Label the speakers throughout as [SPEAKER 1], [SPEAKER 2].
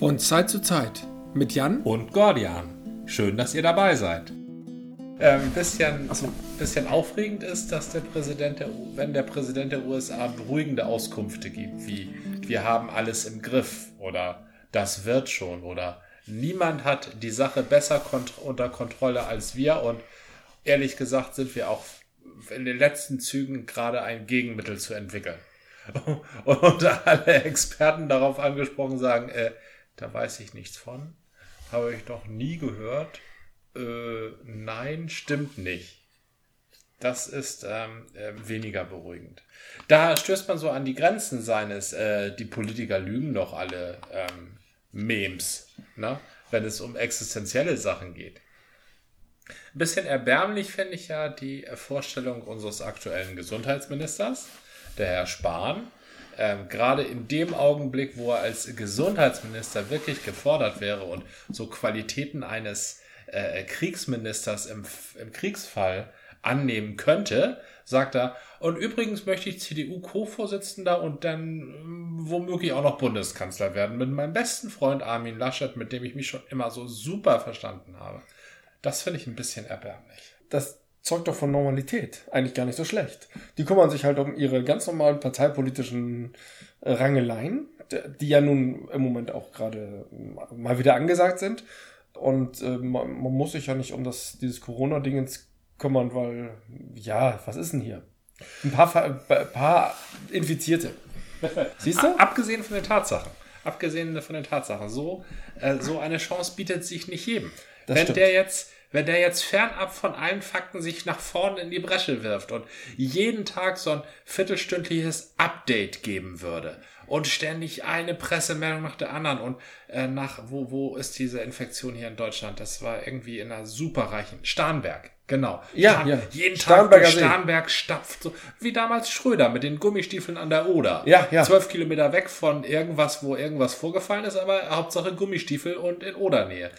[SPEAKER 1] und Zeit zu Zeit mit Jan.
[SPEAKER 2] und Gordian. Schön, dass ihr dabei seid. Ähm, bisschen,
[SPEAKER 1] Ach so.
[SPEAKER 2] bisschen aufregend ist, dass der Präsident der, U- wenn der Präsident der USA beruhigende Auskünfte gibt, wie wir haben alles im Griff oder das wird schon oder niemand hat die Sache besser kont unter Kontrolle als wir und ehrlich gesagt sind wir auch in den letzten Zügen gerade ein Gegenmittel zu entwickeln. Und alle Experten darauf angesprochen sagen, äh, da weiß ich nichts von, habe ich noch nie gehört. Äh, nein, stimmt nicht. Das ist ähm, äh, weniger beruhigend. Da stößt man so an die Grenzen seines, äh, die Politiker lügen doch alle ähm, Memes, ne? wenn es um existenzielle Sachen geht. Ein bisschen erbärmlich finde ich ja die äh, Vorstellung unseres aktuellen Gesundheitsministers, der Herr Spahn. Ähm, gerade in dem Augenblick, wo er als Gesundheitsminister wirklich gefordert wäre und so Qualitäten eines äh, Kriegsministers im, im Kriegsfall annehmen könnte, sagt er, und übrigens möchte ich CDU-Co-Vorsitzender und dann ähm, womöglich auch noch Bundeskanzler werden mit meinem besten Freund Armin Laschet, mit dem ich mich schon immer so super verstanden habe. Das finde ich ein bisschen erbärmlich.
[SPEAKER 3] das zeugt doch von Normalität. Eigentlich gar nicht so schlecht. Die kümmern sich halt um ihre ganz normalen parteipolitischen äh, Rangeleien, d- die ja nun im Moment auch gerade ma- mal wieder angesagt sind. Und äh, man, man muss sich ja nicht um das, dieses Corona-Dingens kümmern, weil, ja, was ist denn hier? Ein paar, Fa- ba- paar Infizierte. Siehst du?
[SPEAKER 2] Abgesehen von den Tatsachen. Abgesehen von den Tatsachen. So, äh, so eine Chance bietet sich nicht jedem.
[SPEAKER 3] Das
[SPEAKER 2] wenn
[SPEAKER 3] stimmt.
[SPEAKER 2] der jetzt, wenn der jetzt fernab von allen Fakten sich nach vorne in die Bresche wirft und jeden Tag so ein viertelstündliches Update geben würde und ständig eine Pressemeldung nach der anderen und äh, nach, wo, wo ist diese Infektion hier in Deutschland? Das war irgendwie in einer superreichen Starnberg. Genau.
[SPEAKER 3] Ja,
[SPEAKER 2] Starn-
[SPEAKER 3] ja.
[SPEAKER 2] Jeden Tag
[SPEAKER 3] Starnberger
[SPEAKER 2] durch
[SPEAKER 3] See.
[SPEAKER 2] Starnberg stapft, so wie damals Schröder mit den Gummistiefeln an der Oder
[SPEAKER 3] Ja, ja.
[SPEAKER 2] zwölf Kilometer weg von irgendwas, wo irgendwas vorgefallen ist, aber Hauptsache Gummistiefel und in Odernähe.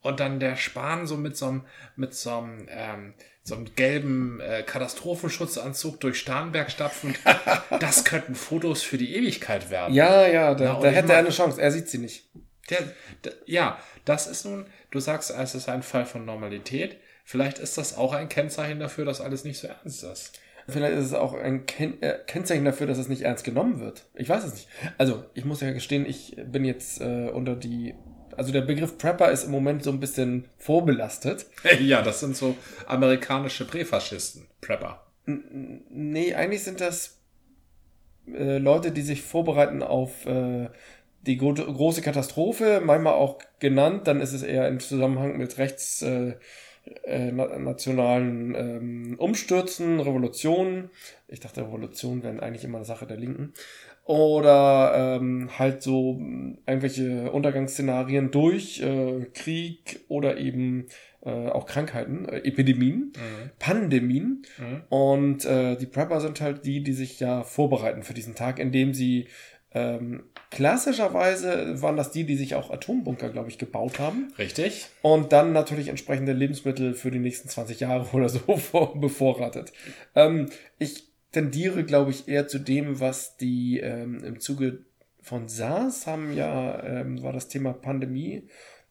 [SPEAKER 2] Und dann der Spahn so mit so einem, mit so einem, ähm, so einem gelben äh, Katastrophenschutzanzug durch Starnberg stapfend. das könnten Fotos für die Ewigkeit werden.
[SPEAKER 3] Ja, ja,
[SPEAKER 2] Na,
[SPEAKER 3] da,
[SPEAKER 2] und
[SPEAKER 3] da
[SPEAKER 2] ich
[SPEAKER 3] hätte
[SPEAKER 2] mach-
[SPEAKER 3] er eine Chance. Er sieht sie nicht.
[SPEAKER 2] Der, der, ja, das ist nun, du sagst, es ist ein Fall von Normalität. Vielleicht ist das auch ein Kennzeichen dafür, dass alles nicht so ernst ist.
[SPEAKER 3] Vielleicht ist es auch ein Ken äh, Kennzeichen dafür, dass es nicht ernst genommen wird. Ich weiß es nicht. Also, ich muss ja gestehen, ich bin jetzt äh, unter die. Also, der Begriff Prepper ist im Moment so ein bisschen vorbelastet.
[SPEAKER 2] ja, das sind so amerikanische Präfaschisten, Prepper.
[SPEAKER 3] N- Nee, eigentlich sind das äh, Leute, die sich vorbereiten auf äh, die gro große Katastrophe, manchmal auch genannt. Dann ist es eher im Zusammenhang mit rechts. Äh, äh, na- nationalen ähm, Umstürzen, Revolutionen. Ich dachte, Revolutionen wären eigentlich immer eine Sache der Linken. Oder ähm, halt so mh, irgendwelche Untergangsszenarien durch äh, Krieg oder eben äh, auch Krankheiten, äh, Epidemien, Pandemien.
[SPEAKER 2] Mhm.
[SPEAKER 3] Und äh, die Prepper sind halt die, die sich ja vorbereiten für diesen Tag, indem sie ähm, klassischerweise waren das die, die sich auch Atombunker, glaube ich, gebaut haben.
[SPEAKER 2] Richtig?
[SPEAKER 3] Und dann natürlich entsprechende Lebensmittel für die nächsten 20 Jahre oder so vor- bevorratet. Ähm, ich tendiere, glaube ich, eher zu dem, was die ähm, im Zuge von SARS haben ja, ähm, war das Thema Pandemie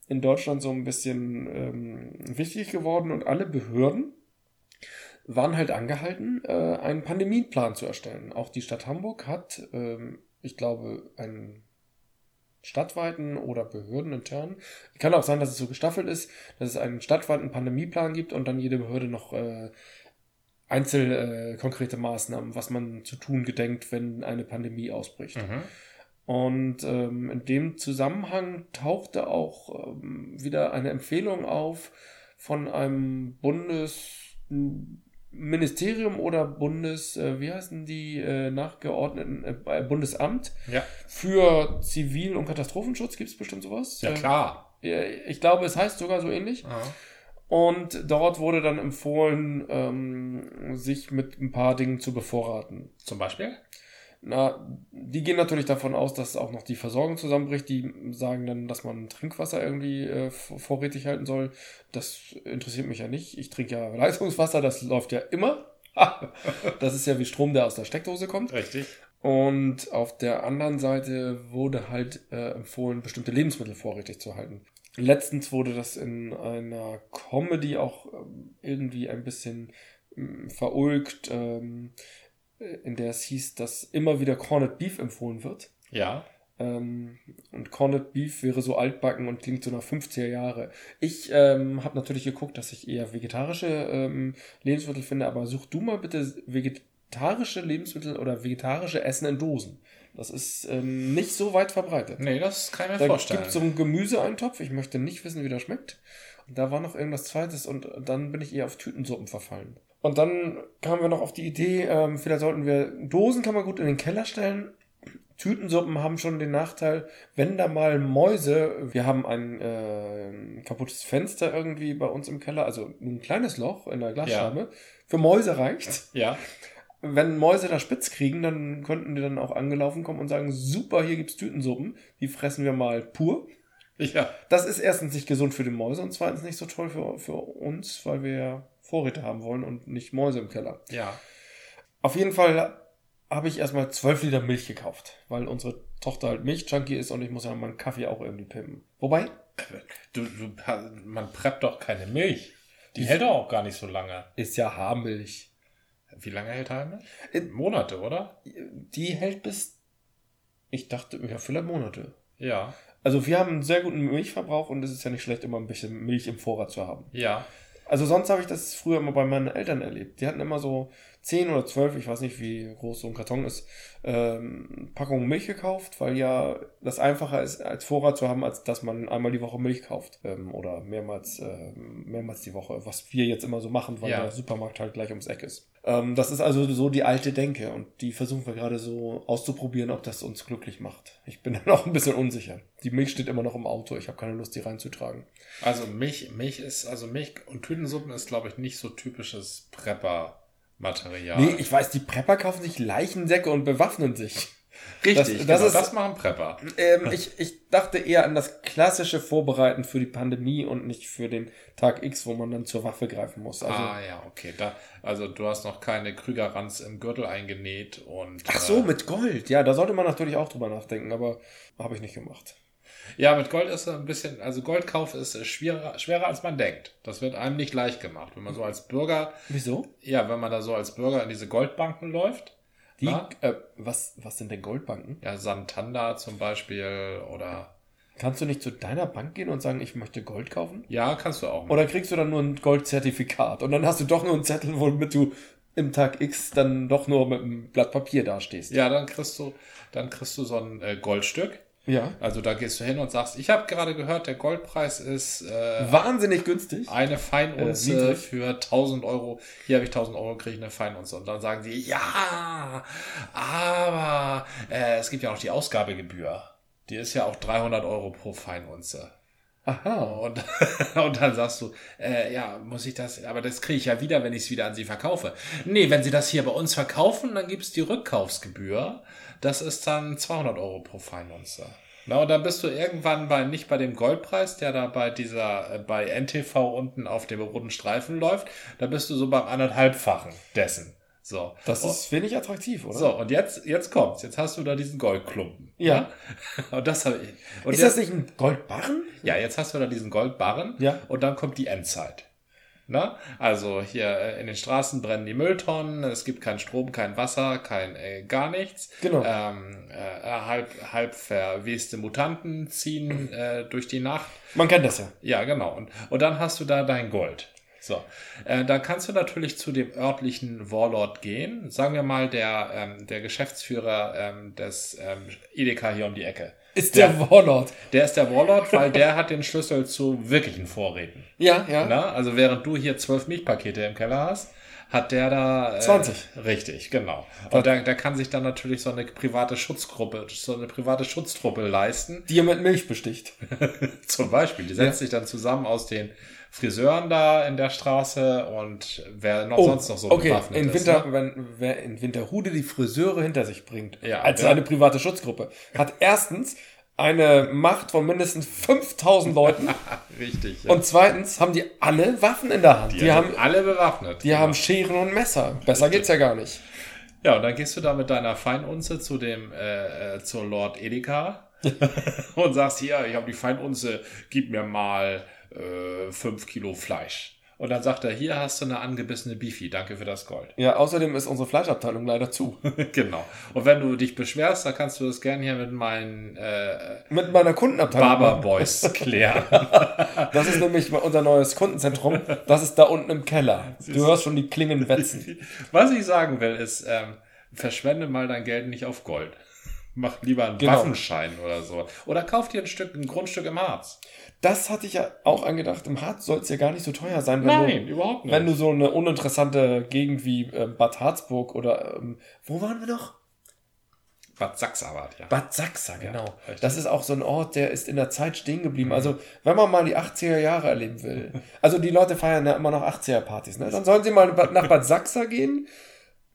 [SPEAKER 3] in Deutschland so ein bisschen ähm, wichtig geworden und alle Behörden waren halt angehalten, äh, einen Pandemieplan zu erstellen. Auch die Stadt Hamburg hat, ähm, ich glaube, einen stadtweiten oder behördeninternen kann auch sein, dass es so gestaffelt ist, dass es einen stadtweiten Pandemieplan gibt und dann jede Behörde noch äh, einzel äh, konkrete Maßnahmen, was man zu tun gedenkt, wenn eine Pandemie ausbricht.
[SPEAKER 2] Mhm.
[SPEAKER 3] Und ähm, in dem Zusammenhang tauchte auch ähm, wieder eine Empfehlung auf von einem Bundesministerium oder Bundes, äh, wie heißen die äh, nachgeordneten äh, Bundesamt
[SPEAKER 2] Ja.
[SPEAKER 3] für Zivil- und Katastrophenschutz, gibt es bestimmt sowas?
[SPEAKER 2] Ja,
[SPEAKER 3] Äh,
[SPEAKER 2] klar.
[SPEAKER 3] ja, Ich glaube, es heißt sogar so ähnlich. Und dort wurde dann empfohlen, ähm, sich mit ein paar Dingen zu bevorraten.
[SPEAKER 2] Zum Beispiel?
[SPEAKER 3] Na, die gehen natürlich davon aus, dass auch noch die Versorgung zusammenbricht. Die sagen dann, dass man Trinkwasser irgendwie äh, v- vorrätig halten soll. Das interessiert mich ja nicht. Ich trinke ja Leitungswasser, das läuft ja immer. das ist ja wie Strom, der aus der Steckdose kommt.
[SPEAKER 2] Richtig.
[SPEAKER 3] Und auf der anderen Seite wurde halt äh, empfohlen, bestimmte Lebensmittel vorrätig zu halten. Letztens wurde das in einer Comedy auch ähm, irgendwie ein bisschen ähm, verulgt, ähm, in der es hieß, dass immer wieder Corned Beef empfohlen wird.
[SPEAKER 2] Ja.
[SPEAKER 3] Ähm, und Corned Beef wäre so altbacken und klingt so nach 50er Jahre. Ich ähm, habe natürlich geguckt, dass ich eher vegetarische ähm, Lebensmittel finde, aber such du mal bitte vegetarische Lebensmittel oder vegetarische Essen in Dosen. Das ist ähm, nicht so weit verbreitet.
[SPEAKER 2] Nee, das kann ich mir
[SPEAKER 3] Da gibt
[SPEAKER 2] vorstellen.
[SPEAKER 3] es so einen Gemüseeintopf, ich möchte nicht wissen, wie der schmeckt. Und da war noch irgendwas Zweites und dann bin ich eher auf Tütensuppen verfallen. Und dann kamen wir noch auf die Idee, ähm, vielleicht sollten wir, Dosen kann man gut in den Keller stellen. Tütensuppen haben schon den Nachteil, wenn da mal Mäuse, wir haben ein äh, kaputtes Fenster irgendwie bei uns im Keller, also nur ein kleines Loch in der Glasscheibe, für Mäuse reicht
[SPEAKER 2] ja.
[SPEAKER 3] wenn Mäuse da spitz kriegen, dann könnten die dann auch angelaufen kommen und sagen, super, hier gibt's Tütensuppen, die fressen wir mal pur.
[SPEAKER 2] Ja.
[SPEAKER 3] Das ist erstens nicht gesund für die Mäuse und zweitens nicht so toll für, für uns, weil wir ja Vorräte haben wollen und nicht Mäuse im Keller.
[SPEAKER 2] Ja.
[SPEAKER 3] Auf jeden Fall habe ich erstmal 12 Liter Milch gekauft, weil unsere Tochter halt Milchjunkie ist und ich muss ja meinen Kaffee auch irgendwie pimpen. Wobei,
[SPEAKER 2] Du, du, man preppt doch keine Milch. Die hält doch auch gar nicht so lange.
[SPEAKER 3] ist ja Haarmilch.
[SPEAKER 2] Wie lange hält eine?
[SPEAKER 3] Äh,
[SPEAKER 2] Monate, oder?
[SPEAKER 3] Die hält bis, ich dachte, ja, vielleicht Monate.
[SPEAKER 2] Ja.
[SPEAKER 3] Also wir haben einen sehr guten Milchverbrauch und es ist ja nicht schlecht, immer ein bisschen Milch im Vorrat zu haben.
[SPEAKER 2] Ja.
[SPEAKER 3] Also sonst habe ich das früher immer bei meinen Eltern erlebt. Die hatten immer so 10 oder 12, ich weiß nicht, wie groß so ein Karton ist, ähm, Packungen Milch gekauft, weil ja das einfacher ist, als Vorrat zu haben, als dass man einmal die Woche Milch kauft ähm, oder mehrmals, ähm, mehrmals die Woche, was wir jetzt immer so machen, weil
[SPEAKER 2] Ja.
[SPEAKER 3] der Supermarkt halt gleich ums Eck ist. Ähm, das ist also so die alte Denke und die versuchen wir gerade so auszuprobieren, ob das uns glücklich macht. Ich bin da noch ein bisschen unsicher. Die Milch steht immer noch im Auto, ich habe keine Lust, die reinzutragen.
[SPEAKER 2] Also Milch, Milch ist, also Milch und Tütensuppen ist, glaube ich, nicht so typisches Prepper-Material.
[SPEAKER 3] Nee, ich weiß, die Prepper kaufen sich Leichensäcke und bewaffnen sich.
[SPEAKER 2] Richtig,
[SPEAKER 3] das- das
[SPEAKER 2] genau,
[SPEAKER 3] ist-
[SPEAKER 2] das Also- machen Prepper.
[SPEAKER 3] Ähm, ich, ich dachte eher an das klassische Vorbereiten für die Pandemie und nicht für den Tag X, wo man dann zur Waffe greifen muss. Also,
[SPEAKER 2] ah ja, okay. Da, also du hast noch keine Krügerranz im Gürtel eingenäht und.
[SPEAKER 3] ach so,
[SPEAKER 2] äh,
[SPEAKER 3] mit Gold. Ja, da sollte man natürlich auch drüber nachdenken, aber habe ich nicht gemacht.
[SPEAKER 2] Ja, mit Gold ist ein bisschen, also Goldkauf ist äh, schwerer, schwerer als man denkt. Das wird einem nicht leicht gemacht. Wenn man so als Bürger,
[SPEAKER 3] Wieso?
[SPEAKER 2] ja, wenn man da so als Bürger in diese Goldbanken läuft,
[SPEAKER 3] Die,
[SPEAKER 2] Na?
[SPEAKER 3] äh, was, was sind denn Goldbanken?
[SPEAKER 2] ja, Santander zum Beispiel oder,
[SPEAKER 3] Kannst du nicht zu deiner Bank gehen und sagen, ich möchte Gold kaufen?
[SPEAKER 2] ja, kannst du auch. machen.
[SPEAKER 3] Oder kriegst du dann nur ein Goldzertifikat und dann hast du doch nur einen Zettel, womit du im Tag X dann doch nur mit einem Blatt Papier dastehst.
[SPEAKER 2] Ja, dann kriegst du, dann kriegst du so ein äh, Goldstück.
[SPEAKER 3] ja.
[SPEAKER 2] Also da gehst du hin und sagst, ich habe gerade gehört, der Goldpreis ist äh,
[SPEAKER 3] Wahnsinnig günstig.
[SPEAKER 2] eine
[SPEAKER 3] Äh,
[SPEAKER 2] Feinunze
[SPEAKER 3] niedrig.
[SPEAKER 2] für 1000 Euro. Hier habe ich 1000 Euro, kriege ich eine Feinunze. Und dann sagen sie, ja, aber äh, es gibt ja auch die Ausgabegebühr. Die ist ja auch 300 Euro pro Feinunze.
[SPEAKER 3] Aha.
[SPEAKER 2] Und, und dann sagst du, äh, ja, muss ich das, aber das kriege ich ja wieder, wenn ich es wieder an sie verkaufe. Nee, wenn sie das hier bei uns verkaufen, dann gibt's die Rückkaufsgebühr. Das ist dann 200 Euro pro Feinunze. Na, und dann bist du irgendwann bei, nicht bei dem Goldpreis, der da bei dieser, äh, bei NTV unten auf dem roten Streifen läuft, da bist du so beim anderthalbfachen dessen. So.
[SPEAKER 3] Das ist wenig attraktiv, oder?
[SPEAKER 2] so, und jetzt, jetzt kommt's. Jetzt hast du da diesen Goldklumpen. ne?
[SPEAKER 3] Ja.
[SPEAKER 2] Und das habe ich. Und
[SPEAKER 3] ist das nicht ein Goldbarren?
[SPEAKER 2] ja, jetzt hast du da diesen Goldbarren
[SPEAKER 3] Ja.
[SPEAKER 2] und dann kommt die Endzeit. Na? Also hier äh, in den Straßen brennen die Mülltonnen, es gibt keinen Strom, kein Wasser, kein äh, gar nichts.
[SPEAKER 3] Genau.
[SPEAKER 2] Ähm, äh, halb, halb verweste Mutanten ziehen äh, durch die Nacht.
[SPEAKER 3] Man kennt das ja.
[SPEAKER 2] Ja, genau. Und, und dann hast du da dein Gold. So, äh, dann kannst du natürlich zu dem örtlichen Warlord gehen. Sagen wir mal, der, ähm, der Geschäftsführer ähm, des ähm, Edeka hier um die Ecke.
[SPEAKER 3] Ist
[SPEAKER 2] Ja.
[SPEAKER 3] Warlord.
[SPEAKER 2] Der ist der Warlord, weil der hat den Schlüssel zu wirklichen Vorräten.
[SPEAKER 3] Ja, ja.
[SPEAKER 2] Na? Also während du hier zwölf Milchpakete im Keller hast, hat der da... Äh,
[SPEAKER 3] 20.
[SPEAKER 2] Richtig, genau. Und da, da kann sich dann natürlich so eine private Schutzgruppe, so eine private Schutztruppe leisten.
[SPEAKER 3] Die ihr mit Milch besticht.
[SPEAKER 2] Zum Beispiel, die setzt sich dann zusammen aus den Friseuren da in der Straße und wer noch sonst noch so
[SPEAKER 3] Oh, okay.
[SPEAKER 2] bewaffnet
[SPEAKER 3] In
[SPEAKER 2] ist.
[SPEAKER 3] Winter,
[SPEAKER 2] ne?
[SPEAKER 3] wenn, wer in Winterhude die Friseure hinter sich bringt,
[SPEAKER 2] Ja,
[SPEAKER 3] als
[SPEAKER 2] ja.
[SPEAKER 3] seine private Schutzgruppe, hat erstens eine Macht von mindestens 5000 Leuten
[SPEAKER 2] ne? Richtig. ja.
[SPEAKER 3] und zweitens haben die alle Waffen in der Hand. Die,
[SPEAKER 2] sind
[SPEAKER 3] haben,
[SPEAKER 2] alle bewaffnet.
[SPEAKER 3] die haben Scheren und Messer. Besser geht's ja gar nicht.
[SPEAKER 2] Ja, und dann gehst du da mit deiner Feinunze zu dem, äh, äh, zur Lord Edeka und sagst, hier, ich habe die Feinunze, gib mir mal äh, fünf Kilo Fleisch. Und dann sagt er, hier hast du eine angebissene Beefy, danke für das Gold.
[SPEAKER 3] Ja, außerdem ist unsere Fleischabteilung leider zu.
[SPEAKER 2] genau. Und wenn du dich beschwerst, dann kannst du das gerne hier mit meinen äh,
[SPEAKER 3] Mit meiner Kundenabteilung.
[SPEAKER 2] Barber Boys klären.
[SPEAKER 3] Das ist nämlich unser neues Kundenzentrum. Das ist da unten im Keller. Du hörst schon die Klingen wetzen.
[SPEAKER 2] Was ich sagen will, ist, ähm, verschwende mal dein Geld nicht auf Gold. Mach lieber einen
[SPEAKER 3] Genau.
[SPEAKER 2] Waffenschein oder so. Oder kauf dir ein Stück, ein Grundstück im Harz.
[SPEAKER 3] Das hatte ich ja auch angedacht. Im Harz soll es ja gar nicht so teuer sein, wenn,
[SPEAKER 2] Nein,
[SPEAKER 3] du,
[SPEAKER 2] überhaupt nicht.
[SPEAKER 3] wenn du so eine uninteressante Gegend wie ähm, Bad Harzburg oder ähm, wo waren wir noch?
[SPEAKER 2] Bad Sachsarbeit, ja.
[SPEAKER 3] Bad Sachsa, genau.
[SPEAKER 2] richtig. Mhm.
[SPEAKER 3] das ist auch so ein Ort, der ist in der Zeit stehen geblieben. Also, wenn man mal die 80er Jahre erleben will. Also, die Leute feiern ja immer noch 80er Partys, ne? Dann sollen sie mal ba- nach Bad Sachsa gehen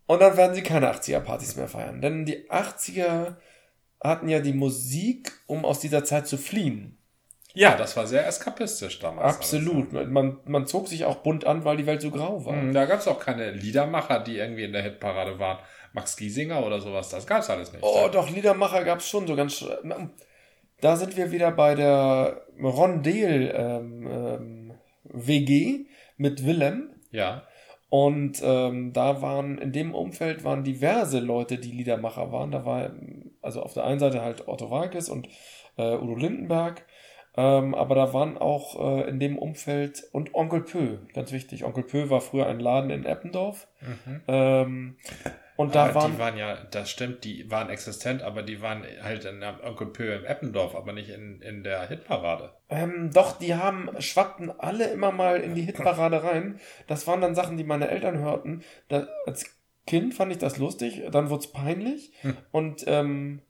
[SPEAKER 3] und dann werden sie keine 80er Partys mehr feiern. Denn die 80er hatten ja die Musik, um aus dieser Zeit zu fliehen.
[SPEAKER 2] ja, das war sehr eskapistisch damals.
[SPEAKER 3] Absolut. Man, man zog sich auch bunt an, weil die Welt so grau war.
[SPEAKER 2] Alles. Mhm, Da gab es auch keine Liedermacher, die irgendwie in der Hitparade waren. Max Giesinger oder sowas, das gab es alles nicht.
[SPEAKER 3] Oh, doch, Liedermacher gab es schon so ganz. sch- Da sind wir wieder bei der Rondel ähm, ähm, WG mit Willem.
[SPEAKER 2] Ja,
[SPEAKER 3] Und ähm, da waren, in dem Umfeld waren diverse Leute, die Liedermacher waren. Da war, ähm, also auf der einen Seite halt Otto Walkes und äh, Udo Lindenberg. Ähm, aber da waren auch äh, in dem Umfeld und Onkel Pö, ganz wichtig. Onkel Pö war früher ein Laden in Eppendorf. Ähm, und da
[SPEAKER 2] aber
[SPEAKER 3] waren,
[SPEAKER 2] Ah, die waren ja, das stimmt, die waren existent, aber die waren halt in der Onkel Pö im Eppendorf, aber nicht in, in der Hitparade.
[SPEAKER 3] Ähm, doch, die haben, schwappten alle immer mal in die Hitparade rein. Das waren dann Sachen, die meine Eltern hörten. Da, als Kind fand ich das lustig, dann wurde es peinlich
[SPEAKER 2] Hm.
[SPEAKER 3] und ähm,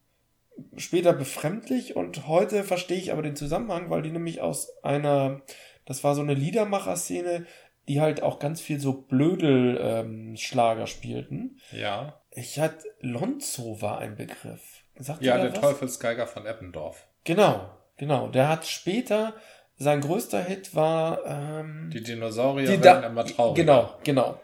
[SPEAKER 3] später befremdlich. Und heute verstehe ich aber den Zusammenhang, weil die nämlich aus einer, das war so eine Liedermacher-Szene, die halt auch ganz viel so Blödel-Schlager spielten.
[SPEAKER 2] Ja.
[SPEAKER 3] Ich hatte, Lonzo war ein Begriff. Sagt
[SPEAKER 2] Ja,
[SPEAKER 3] dir da
[SPEAKER 2] der
[SPEAKER 3] was?
[SPEAKER 2] Teufelsgeiger von Eppendorf.
[SPEAKER 3] Genau, genau. Der hat später, sein größter Hit war ähm,
[SPEAKER 2] Die Dinosaurier
[SPEAKER 3] die
[SPEAKER 2] werden
[SPEAKER 3] Da-
[SPEAKER 2] immer traurig.
[SPEAKER 3] Genau, genau.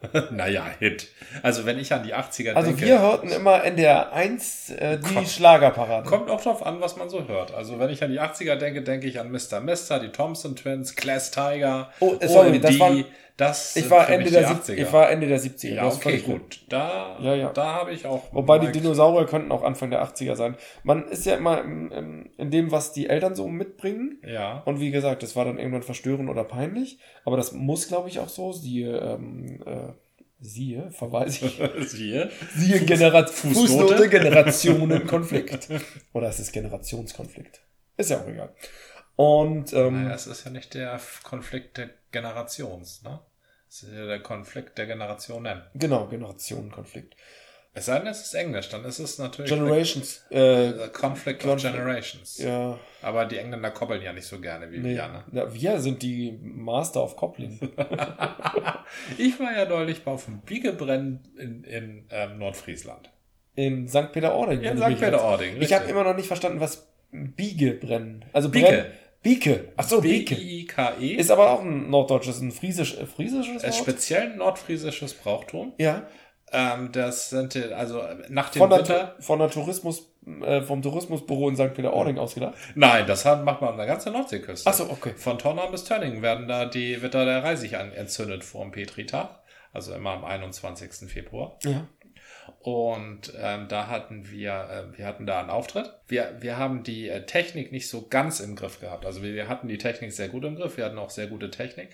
[SPEAKER 2] naja, Hit. Also wenn ich an die 80er
[SPEAKER 3] Also
[SPEAKER 2] denke,
[SPEAKER 3] wir hörten immer NDR 1 äh, die
[SPEAKER 2] Komm.
[SPEAKER 3] Schlagerparade.
[SPEAKER 2] kommt auch drauf an, was man so hört. Also wenn ich an die 80er denke, denke ich an Mr. Mister, die Thompson Twins, Class Tiger,
[SPEAKER 3] Oh, äh, sorry,
[SPEAKER 2] OMD.
[SPEAKER 3] das war-
[SPEAKER 2] das
[SPEAKER 3] Ich
[SPEAKER 2] sind
[SPEAKER 3] war,
[SPEAKER 2] für
[SPEAKER 3] Ende
[SPEAKER 2] mich
[SPEAKER 3] der
[SPEAKER 2] die
[SPEAKER 3] Sieb-
[SPEAKER 2] 80er.
[SPEAKER 3] ich war Ende der 70er.
[SPEAKER 2] ja,
[SPEAKER 3] das ist
[SPEAKER 2] okay,
[SPEAKER 3] völlig richtig.
[SPEAKER 2] gut. Da,
[SPEAKER 3] Ja, ja.
[SPEAKER 2] da habe ich auch.
[SPEAKER 3] Wobei die
[SPEAKER 2] mal-
[SPEAKER 3] Dinosaurier könnten auch Anfang der 80er sein. Man ist ja immer ähm, ähm, in dem, was die Eltern so mitbringen.
[SPEAKER 2] Ja.
[SPEAKER 3] Und wie gesagt, das war dann irgendwann verstörend oder peinlich. Aber das muss, glaube ich, auch so. Siehe, ähm, äh, siehe, verweise ich
[SPEAKER 2] Siehe.
[SPEAKER 3] Siehe Genera Fußnote.
[SPEAKER 2] Fußnote.
[SPEAKER 3] Generationenkonflikt. Oder es ist Generationskonflikt. Ist ja auch egal. Und ähm,
[SPEAKER 2] Naja, es ist ja nicht der Konflikt der Generations, ne? Es ist ja der Konflikt der Generationen.
[SPEAKER 3] genau, Generationenkonflikt.
[SPEAKER 2] Es sei denn, es ist Englisch, dann ist es natürlich
[SPEAKER 3] Generations, äh,
[SPEAKER 2] The Conflict
[SPEAKER 3] Conflict.
[SPEAKER 2] of Generations.
[SPEAKER 3] ja,
[SPEAKER 2] Aber die Engländer koppeln ja nicht so gerne wie
[SPEAKER 3] nee.
[SPEAKER 2] wir, ne?
[SPEAKER 3] Na, wir sind die Master of Coupling.
[SPEAKER 2] Ich war ja neulich mal auf dem Biegebrennen in, in ähm, Nordfriesland.
[SPEAKER 3] In St. Peter-Ording. wenn
[SPEAKER 2] In
[SPEAKER 3] du mich
[SPEAKER 2] St. Peter-Ording.
[SPEAKER 3] recht- Ich habe immer noch nicht verstanden, was Biege brennen. Also
[SPEAKER 2] Bieke.
[SPEAKER 3] Brennen, Bieke. Ach so, Bieke.
[SPEAKER 2] B-I-K-E.
[SPEAKER 3] Ist aber auch ein norddeutsches, ein friesisch, äh, friesisches
[SPEAKER 2] ein
[SPEAKER 3] Wort?
[SPEAKER 2] speziell nordfriesisches Brauchtum.
[SPEAKER 3] Ja,
[SPEAKER 2] Ähm, das sind, äh, also äh, nach dem
[SPEAKER 3] von der,
[SPEAKER 2] Winter.
[SPEAKER 3] Tu- von der Tourismus, äh, vom Tourismusbüro in St. Peter-Ording ausgedacht.
[SPEAKER 2] Nein, das hat- macht man an der ganzen Nordseeküste.
[SPEAKER 3] Ach so, okay.
[SPEAKER 2] Von Tornheim bis Tönning werden da die, wird da der Reisig an, entzündet vor dem Petritag. Also immer am 21. Februar.
[SPEAKER 3] Ja.
[SPEAKER 2] Und ähm, da hatten wir, äh, wir hatten da einen Auftritt. Wir, wir haben die äh, Technik nicht so ganz im Griff gehabt. Also wir, wir hatten die Technik sehr gut im Griff, wir hatten auch sehr gute Technik.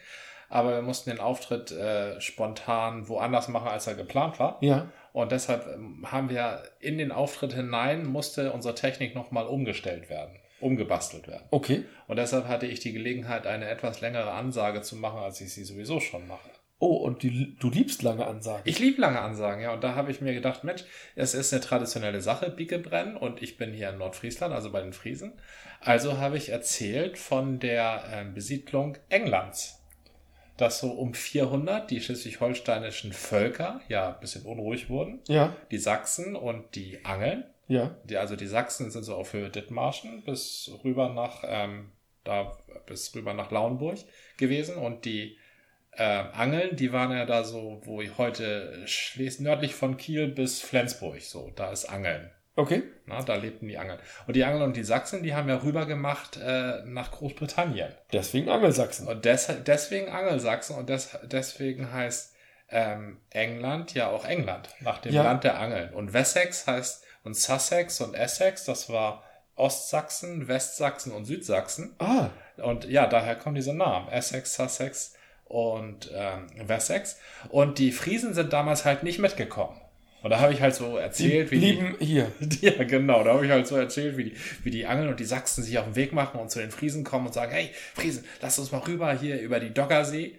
[SPEAKER 2] Aber wir mussten den Auftritt äh, spontan woanders machen, als er geplant war.
[SPEAKER 3] Ja.
[SPEAKER 2] Und deshalb ähm, haben wir in den Auftritt hinein, musste unsere Technik nochmal umgestellt werden, umgebastelt werden.
[SPEAKER 3] Okay.
[SPEAKER 2] Und deshalb hatte ich die Gelegenheit, eine etwas längere Ansage zu machen, als ich sie sowieso schon mache.
[SPEAKER 3] Oh, und die, du liebst lange Ansagen.
[SPEAKER 2] Ich liebe lange Ansagen, ja. Und da habe ich mir gedacht, Mensch, es ist eine traditionelle Sache, Bieke brennen. Und ich bin hier in Nordfriesland, also bei den Friesen. Also habe ich erzählt von der ähm, Besiedlung Englands. Dass so um 400 die schleswig-holsteinischen Völker ja ein bisschen unruhig wurden.
[SPEAKER 3] ja,
[SPEAKER 2] Die Sachsen und die Angeln.
[SPEAKER 3] ja.
[SPEAKER 2] Die, also die Sachsen sind so auf Höhe Dithmarschen bis rüber nach ähm, da bis rüber nach Lauenburg gewesen und die äh, angeln. Die waren ja da so, wo ich heute Schles nördlich von Kiel bis Flensburg, so, da ist Angeln.
[SPEAKER 3] Okay.
[SPEAKER 2] Na, da lebten die Angeln. Und die Angler und die Sachsen, die haben ja rüber gemacht äh, nach Großbritannien.
[SPEAKER 3] Deswegen Angelsachsen.
[SPEAKER 2] Und des deswegen Angelsachsen und des deswegen heißt ähm, England ja auch England, nach dem
[SPEAKER 3] Ja.
[SPEAKER 2] Land der Angeln. Und Wessex heißt, und Sussex und Essex, das war Ostsachsen, Westsachsen und Südsachsen.
[SPEAKER 3] Ah,
[SPEAKER 2] Und ja, daher kommen diese Namen. Essex, Sussex und ähm, Wessex. Und die Friesen sind damals halt nicht mitgekommen. Und da habe ich halt so
[SPEAKER 3] die
[SPEAKER 2] erzählt, wie die,
[SPEAKER 3] blieben hier.
[SPEAKER 2] ja, genau. Da habe ich halt so erzählt, wie die, wie die Angeln und die Sachsen sich auf den Weg machen und zu den Friesen kommen und sagen, hey, Friesen, lasst uns mal rüber hier über die Doggersee.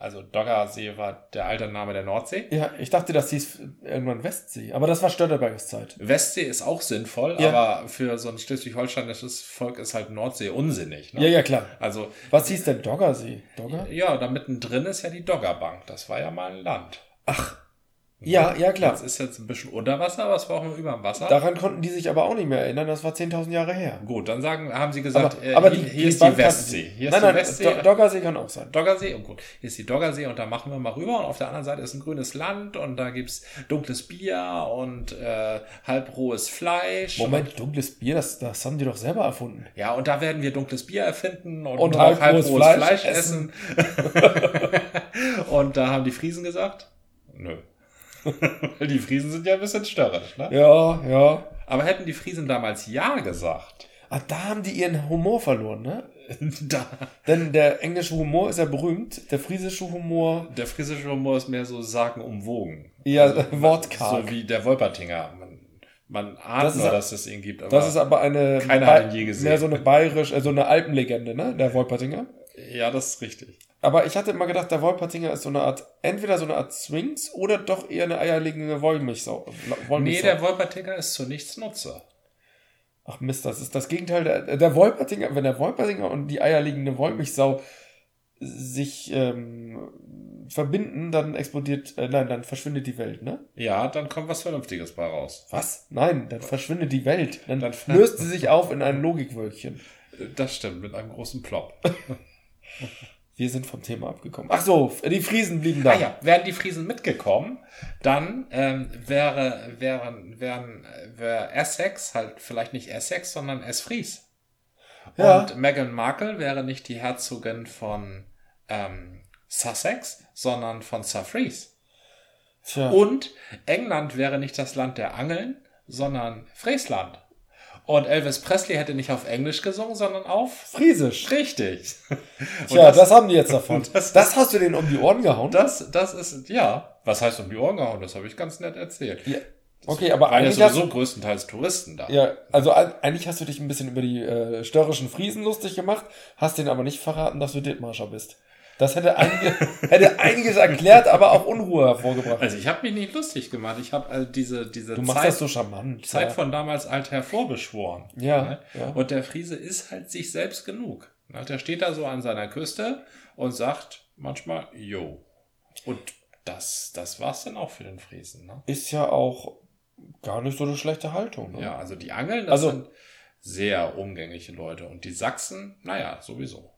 [SPEAKER 2] Also Doggersee war der alte Name der Nordsee.
[SPEAKER 3] Ja, ich dachte, das hieß irgendwann Westsee. Aber das war Störtebergs Zeit.
[SPEAKER 2] Westsee ist auch sinnvoll,
[SPEAKER 3] Ja.
[SPEAKER 2] aber für so ein schleswig-holsteinisches Volk ist halt Nordsee unsinnig. Ne?
[SPEAKER 3] Ja, ja, klar.
[SPEAKER 2] Also,
[SPEAKER 3] Was hieß denn Doggersee? Dogger?
[SPEAKER 2] ja, da mittendrin ist ja die Doggerbank. Das war ja mal ein Land.
[SPEAKER 3] Ja, ja,
[SPEAKER 2] Das
[SPEAKER 3] klar.
[SPEAKER 2] ist jetzt ein bisschen unter Wasser, aber es war auch nur über dem Wasser.
[SPEAKER 3] Daran konnten die sich aber auch nicht mehr erinnern. Das war 10.000 Jahre her.
[SPEAKER 2] Gut, dann sagen, haben sie gesagt,
[SPEAKER 3] Aber,
[SPEAKER 2] äh,
[SPEAKER 3] aber
[SPEAKER 2] hier,
[SPEAKER 3] die,
[SPEAKER 2] hier
[SPEAKER 3] die
[SPEAKER 2] ist
[SPEAKER 3] Bahn
[SPEAKER 2] die
[SPEAKER 3] kann-
[SPEAKER 2] Westsee.
[SPEAKER 3] nein,
[SPEAKER 2] Hier ist die
[SPEAKER 3] nein,
[SPEAKER 2] Westsee.
[SPEAKER 3] Do Doggersee kann auch sein.
[SPEAKER 2] Doggersee und gut, hier ist die Doggersee und da machen wir mal rüber und auf der anderen Seite ist ein grünes Land und da gibt's dunkles Bier und äh, halbrohes Fleisch.
[SPEAKER 3] Moment, dunkles Bier, das, das haben die doch selber erfunden.
[SPEAKER 2] Ja, und da werden wir dunkles Bier erfinden und,
[SPEAKER 3] Und
[SPEAKER 2] nur noch
[SPEAKER 3] halbrohes Fleisch
[SPEAKER 2] essen. und da haben die Friesen gesagt, nö. Weil die Friesen sind ja ein bisschen störrisch, ne?
[SPEAKER 3] Ja, ja.
[SPEAKER 2] Aber hätten die Friesen damals Ja gesagt,
[SPEAKER 3] Ah, da haben die ihren Humor verloren, ne?
[SPEAKER 2] da,
[SPEAKER 3] Denn der englische Humor ist ja berühmt, der friesische Humor,
[SPEAKER 2] der friesische Humor ist mehr so sagenumwogen. Also,
[SPEAKER 3] ja, wortkarg.
[SPEAKER 2] So wie der Wolpertinger. Man, man ahnt
[SPEAKER 3] Das ist
[SPEAKER 2] nur,
[SPEAKER 3] a-
[SPEAKER 2] dass es ihn gibt. Aber
[SPEAKER 3] das ist aber eine,
[SPEAKER 2] Keiner hat ihn je gesehen.
[SPEAKER 3] mehr so eine bayerisch, also eine Alpenlegende, ne? Der Wolpertinger.
[SPEAKER 2] ja, das ist richtig.
[SPEAKER 3] Aber ich hatte immer gedacht, der Wolpertinger ist so eine Art, entweder so eine Art Swings oder doch eher eine eierlegende Wollmilchsau.
[SPEAKER 2] Oh, Nee,
[SPEAKER 3] Wollmilchsau.
[SPEAKER 2] der Wolpertinger ist zu nichts Nutze.
[SPEAKER 3] Ach Mist, das ist das Gegenteil. Der, äh, der Wolpertinger, wenn der Wolpertinger und die eierlegende Wollmilchsau sich ähm, verbinden, dann explodiert, äh, nein, dann verschwindet die Welt, ne?
[SPEAKER 2] Ja, dann kommt was Vernünftiges bei raus.
[SPEAKER 3] Was? Nein, dann verschwindet die Welt. Dann,
[SPEAKER 2] Dann-
[SPEAKER 3] löst sie sich auf in ein Logikwölkchen.
[SPEAKER 2] Das stimmt, mit einem großen Plop.
[SPEAKER 3] Wir sind vom Thema abgekommen. Ach so, die Friesen blieben da.
[SPEAKER 2] Ah ja, wären die Friesen mitgekommen, dann ähm, wäre, wären, wären, äh, wäre Essex halt vielleicht nicht Essex, sondern Esfries.
[SPEAKER 3] Ja.
[SPEAKER 2] Und Meghan Markle wäre nicht die Herzogin von ähm, Sussex, sondern von Suffries.
[SPEAKER 3] Tja.
[SPEAKER 2] Und England wäre nicht das Land der Angeln, sondern Friesland. Und Elvis Presley hätte nicht auf Englisch gesungen, sondern auf
[SPEAKER 3] Friesisch.
[SPEAKER 2] richtig. Und
[SPEAKER 3] Tja, das,
[SPEAKER 2] das,
[SPEAKER 3] haben die jetzt davon.
[SPEAKER 2] das-
[SPEAKER 3] Das, hast du denen um die Ohren gehauen?
[SPEAKER 2] das, das ist, ja, was heißt um die Ohren gehauen? Das habe ich ganz nett erzählt.
[SPEAKER 3] Ja. Okay, aber
[SPEAKER 2] Waren ja
[SPEAKER 3] eigentlich,
[SPEAKER 2] sowieso größtenteils Touristen da.
[SPEAKER 3] hast, ja, also ein- eigentlich hast du dich ein bisschen über die äh, störrischen Friesen lustig gemacht, hast denen aber nicht verraten, dass du Dithmarscher bist. Das hätte, einige, hätte einiges erklärt, aber auch Unruhe hervorgebracht.
[SPEAKER 2] Also ich habe mich nicht lustig gemacht. Ich habe also diese, diese
[SPEAKER 3] du machst
[SPEAKER 2] Zeit,
[SPEAKER 3] das so charmant.
[SPEAKER 2] Zeit
[SPEAKER 3] ja.
[SPEAKER 2] von damals alt hervorbeschworen.
[SPEAKER 3] Ja,
[SPEAKER 2] Ne?
[SPEAKER 3] ja.
[SPEAKER 2] Und der Friese ist halt sich selbst genug. Ne? Der steht da so an seiner Küste und sagt manchmal, jo. Und das, das war's dann auch für den Friesen. Ne?
[SPEAKER 3] Ist ja auch gar nicht so eine schlechte Haltung. Ne?
[SPEAKER 2] Ja, also die Angeln, das
[SPEAKER 3] Also-
[SPEAKER 2] sind sehr umgängliche Leute. Und die Sachsen, naja, sowieso.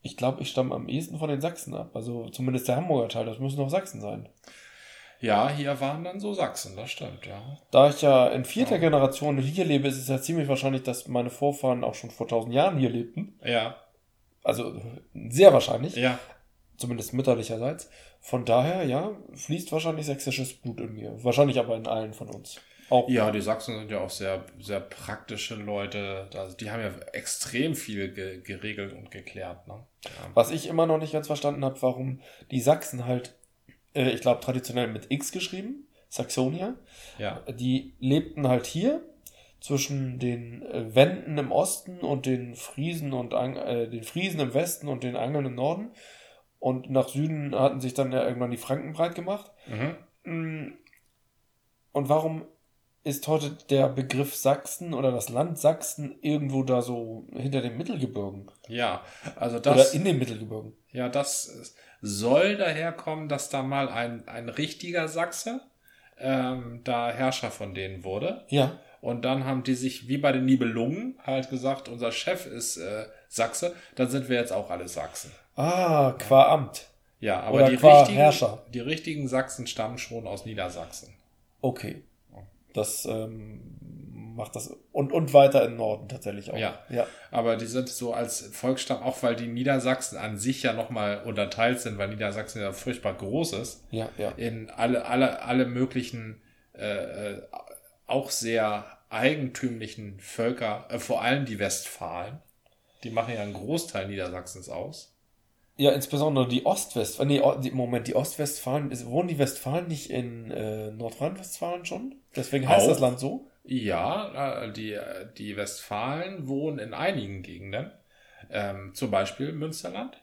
[SPEAKER 3] Ich glaube, ich stamme am ehesten von den Sachsen ab. Also zumindest der Hamburger Teil, das müssen auch Sachsen sein.
[SPEAKER 2] Ja, hier waren dann so Sachsen, das stimmt, ja.
[SPEAKER 3] Da ich ja in vierter Generation hier lebe, ist es ja ziemlich wahrscheinlich, dass meine Vorfahren auch schon vor tausend Jahren hier lebten.
[SPEAKER 2] Ja,
[SPEAKER 3] Also sehr wahrscheinlich,
[SPEAKER 2] ja.
[SPEAKER 3] zumindest mütterlicherseits. Von daher, ja, fließt wahrscheinlich sächsisches Blut in mir. Wahrscheinlich aber in allen von uns. Auch.
[SPEAKER 2] Ja, die Sachsen sind ja auch sehr, sehr praktische Leute. Also die haben ja extrem viel ge geregelt und geklärt. Ne? Ja.
[SPEAKER 3] Was ich immer noch nicht ganz verstanden habe, warum die Sachsen halt, äh, ich glaube traditionell mit X geschrieben, Saxonia,
[SPEAKER 2] ja.
[SPEAKER 3] die lebten halt hier zwischen den äh, Wenden im Osten und den Friesen und Ang äh, den Friesen im Westen und den Angeln im Norden und nach Süden hatten sich dann ja irgendwann die Franken breit gemacht.
[SPEAKER 2] Mhm.
[SPEAKER 3] Mm. Und warum ist heute der Begriff Sachsen oder das Land Sachsen irgendwo da so hinter den Mittelgebirgen
[SPEAKER 2] ja, also
[SPEAKER 3] oder
[SPEAKER 2] das,
[SPEAKER 3] in den Mittelgebirgen?
[SPEAKER 2] ja, das soll daherkommen, dass da mal ein, ein richtiger Sachse ähm, da Herrscher von denen wurde.
[SPEAKER 3] Ja,
[SPEAKER 2] Und dann haben die sich, wie bei den Nibelungen, halt gesagt, unser Chef ist äh, Sachse, dann sind wir jetzt auch alle Sachsen.
[SPEAKER 3] Ah, qua Amt.
[SPEAKER 2] Ja, aber
[SPEAKER 3] Oder
[SPEAKER 2] die
[SPEAKER 3] qua
[SPEAKER 2] richtigen,
[SPEAKER 3] Herrscher.
[SPEAKER 2] die richtigen Sachsen stammen schon aus Niedersachsen.
[SPEAKER 3] Okay. Das ähm, macht das. Und, und weiter im Norden tatsächlich auch.
[SPEAKER 2] Ja.
[SPEAKER 3] ja.
[SPEAKER 2] Aber die sind so als Volksstamm, auch weil die Niedersachsen an sich ja nochmal unterteilt sind, weil Niedersachsen ja furchtbar groß ist,
[SPEAKER 3] Ja, ja.
[SPEAKER 2] in alle, alle, alle möglichen, äh, äh, auch sehr eigentümlichen Völker, äh, vor allem die Westfalen. Die machen ja einen Großteil Niedersachsens aus.
[SPEAKER 3] Ja, insbesondere die Ostwestfalen. Nee, O- die, Moment, die Ostwestfalen. Ist, wohnen die Westfalen nicht in äh, Nordrhein-Westfalen schon? Deswegen heißt
[SPEAKER 2] Auch.
[SPEAKER 3] das Land so?
[SPEAKER 2] Ja, äh, die, äh, die Westfalen wohnen in einigen Gegenden, ähm, zum Beispiel Münsterland.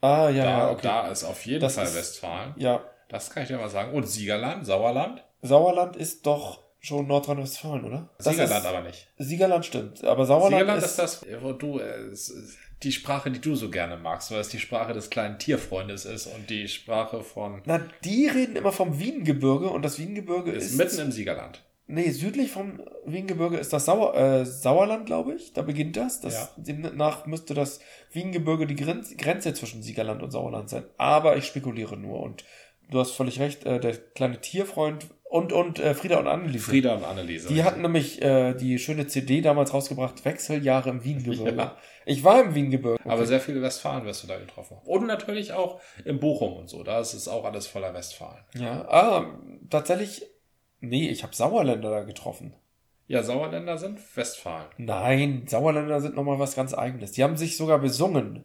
[SPEAKER 3] Ah, ja,
[SPEAKER 2] Da,
[SPEAKER 3] ja, okay.
[SPEAKER 2] da ist auf jeden
[SPEAKER 3] Das
[SPEAKER 2] Fall
[SPEAKER 3] ist-
[SPEAKER 2] Westfalen.
[SPEAKER 3] Ja.
[SPEAKER 2] Das kann ich dir mal sagen. Und Siegerland, Sauerland.
[SPEAKER 3] Sauerland ist doch schon Nordrhein-Westfalen, oder? Das
[SPEAKER 2] Siegerland
[SPEAKER 3] ist,
[SPEAKER 2] aber nicht.
[SPEAKER 3] Siegerland stimmt. Aber Sauerland,
[SPEAKER 2] Siegerland
[SPEAKER 3] ist,
[SPEAKER 2] ist, das, wo du äh, es ist die Sprache, die du so gerne magst, weil es die Sprache des kleinen Tierfreundes ist und die Sprache von
[SPEAKER 3] Na, die reden immer vom Wiengebirge und das Wiengebirge
[SPEAKER 2] ist
[SPEAKER 3] ist.
[SPEAKER 2] mitten im Siegerland.
[SPEAKER 3] Nee, südlich vom Wiengebirge ist das Sauer, äh, Sauerland, glaube ich. Da beginnt das. das Demnach müsste das Wiengebirge die Grenz, Grenze zwischen Siegerland und Sauerland sein. Aber ich spekuliere nur. Und du hast völlig recht, äh, der kleine Tierfreund und, und äh, Frieda und Anneliese.
[SPEAKER 2] Frieda und Anneliese.
[SPEAKER 3] Die hatten nämlich äh, die schöne CD damals rausgebracht, Wechseljahre im Wiengebirge.
[SPEAKER 2] Ja.
[SPEAKER 3] Ich war im Wiengebirge.
[SPEAKER 2] Aber sehr viele Westfalen wirst du da getroffen haben. Und natürlich auch in Bochum und so. Da ist es auch alles voller Westfalen.
[SPEAKER 3] Ja, ah, tatsächlich. Nee, ich habe Sauerländer da getroffen.
[SPEAKER 2] Ja, Sauerländer sind Westfalen.
[SPEAKER 3] Nein, Sauerländer sind nochmal was ganz Eigenes. Die haben sich sogar besungen.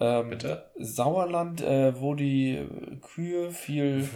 [SPEAKER 3] Ähm,
[SPEAKER 2] Bitte?
[SPEAKER 3] Sauerland, äh, wo die äh, Kühe viel.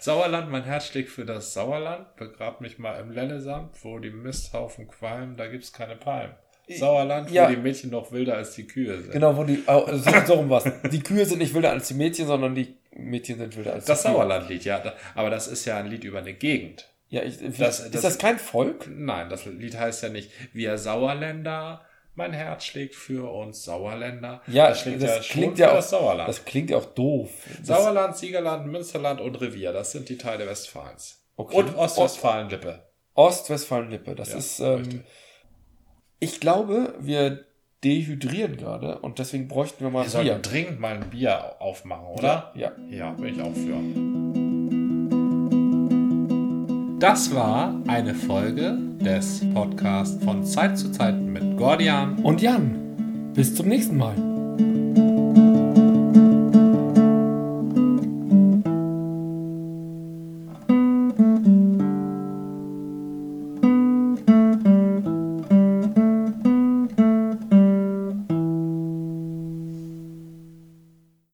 [SPEAKER 2] Sauerland, mein Herz schlägt für das Sauerland. Begrab mich mal im Lennesamt, wo die Misthaufen qualmen, da gibt's keine Palmen. Sauerland,
[SPEAKER 3] Ja.
[SPEAKER 2] wo die Mädchen noch wilder als die Kühe sind.
[SPEAKER 3] Genau, wo die. Oh, so, so rum was. Die Kühe sind nicht wilder als die Mädchen, sondern die Mädchen sind wilder als
[SPEAKER 2] Das
[SPEAKER 3] die Kühe.
[SPEAKER 2] Sauerlandlied, ja. da- Aber das ist ja ein Lied über eine Gegend.
[SPEAKER 3] Ja, ich, wie,
[SPEAKER 2] Das-
[SPEAKER 3] ist
[SPEAKER 2] das-
[SPEAKER 3] das kein Volk?
[SPEAKER 2] Nein, das Lied heißt ja nicht Wir Sauerländer, mein Herz schlägt für uns Sauerländer.
[SPEAKER 3] Ja,
[SPEAKER 2] das schlägt
[SPEAKER 3] das
[SPEAKER 2] ja schon
[SPEAKER 3] klingt
[SPEAKER 2] für
[SPEAKER 3] ja auch-
[SPEAKER 2] das Sauerland.
[SPEAKER 3] Das klingt ja auch doof. Das,
[SPEAKER 2] Sauerland, Siegerland, Münsterland und Revier, das sind die Teile Westfalens.
[SPEAKER 3] Okay.
[SPEAKER 2] Und Ostwestfalen-Lippe.
[SPEAKER 3] Ostwestfalen-Lippe. Das
[SPEAKER 2] Ja,
[SPEAKER 3] ist. Ähm,
[SPEAKER 2] richtig.
[SPEAKER 3] ich glaube, wir dehydrieren gerade und deswegen bräuchten wir mal
[SPEAKER 2] Wir sollten dringend mal ein Bier aufmachen, oder?
[SPEAKER 3] Ja.
[SPEAKER 2] Ja, bin ich auch für. Das war eine Folge des Podcasts von Zeit zu Zeit mit Gordian.
[SPEAKER 1] Und Jan, bis zum nächsten Mal.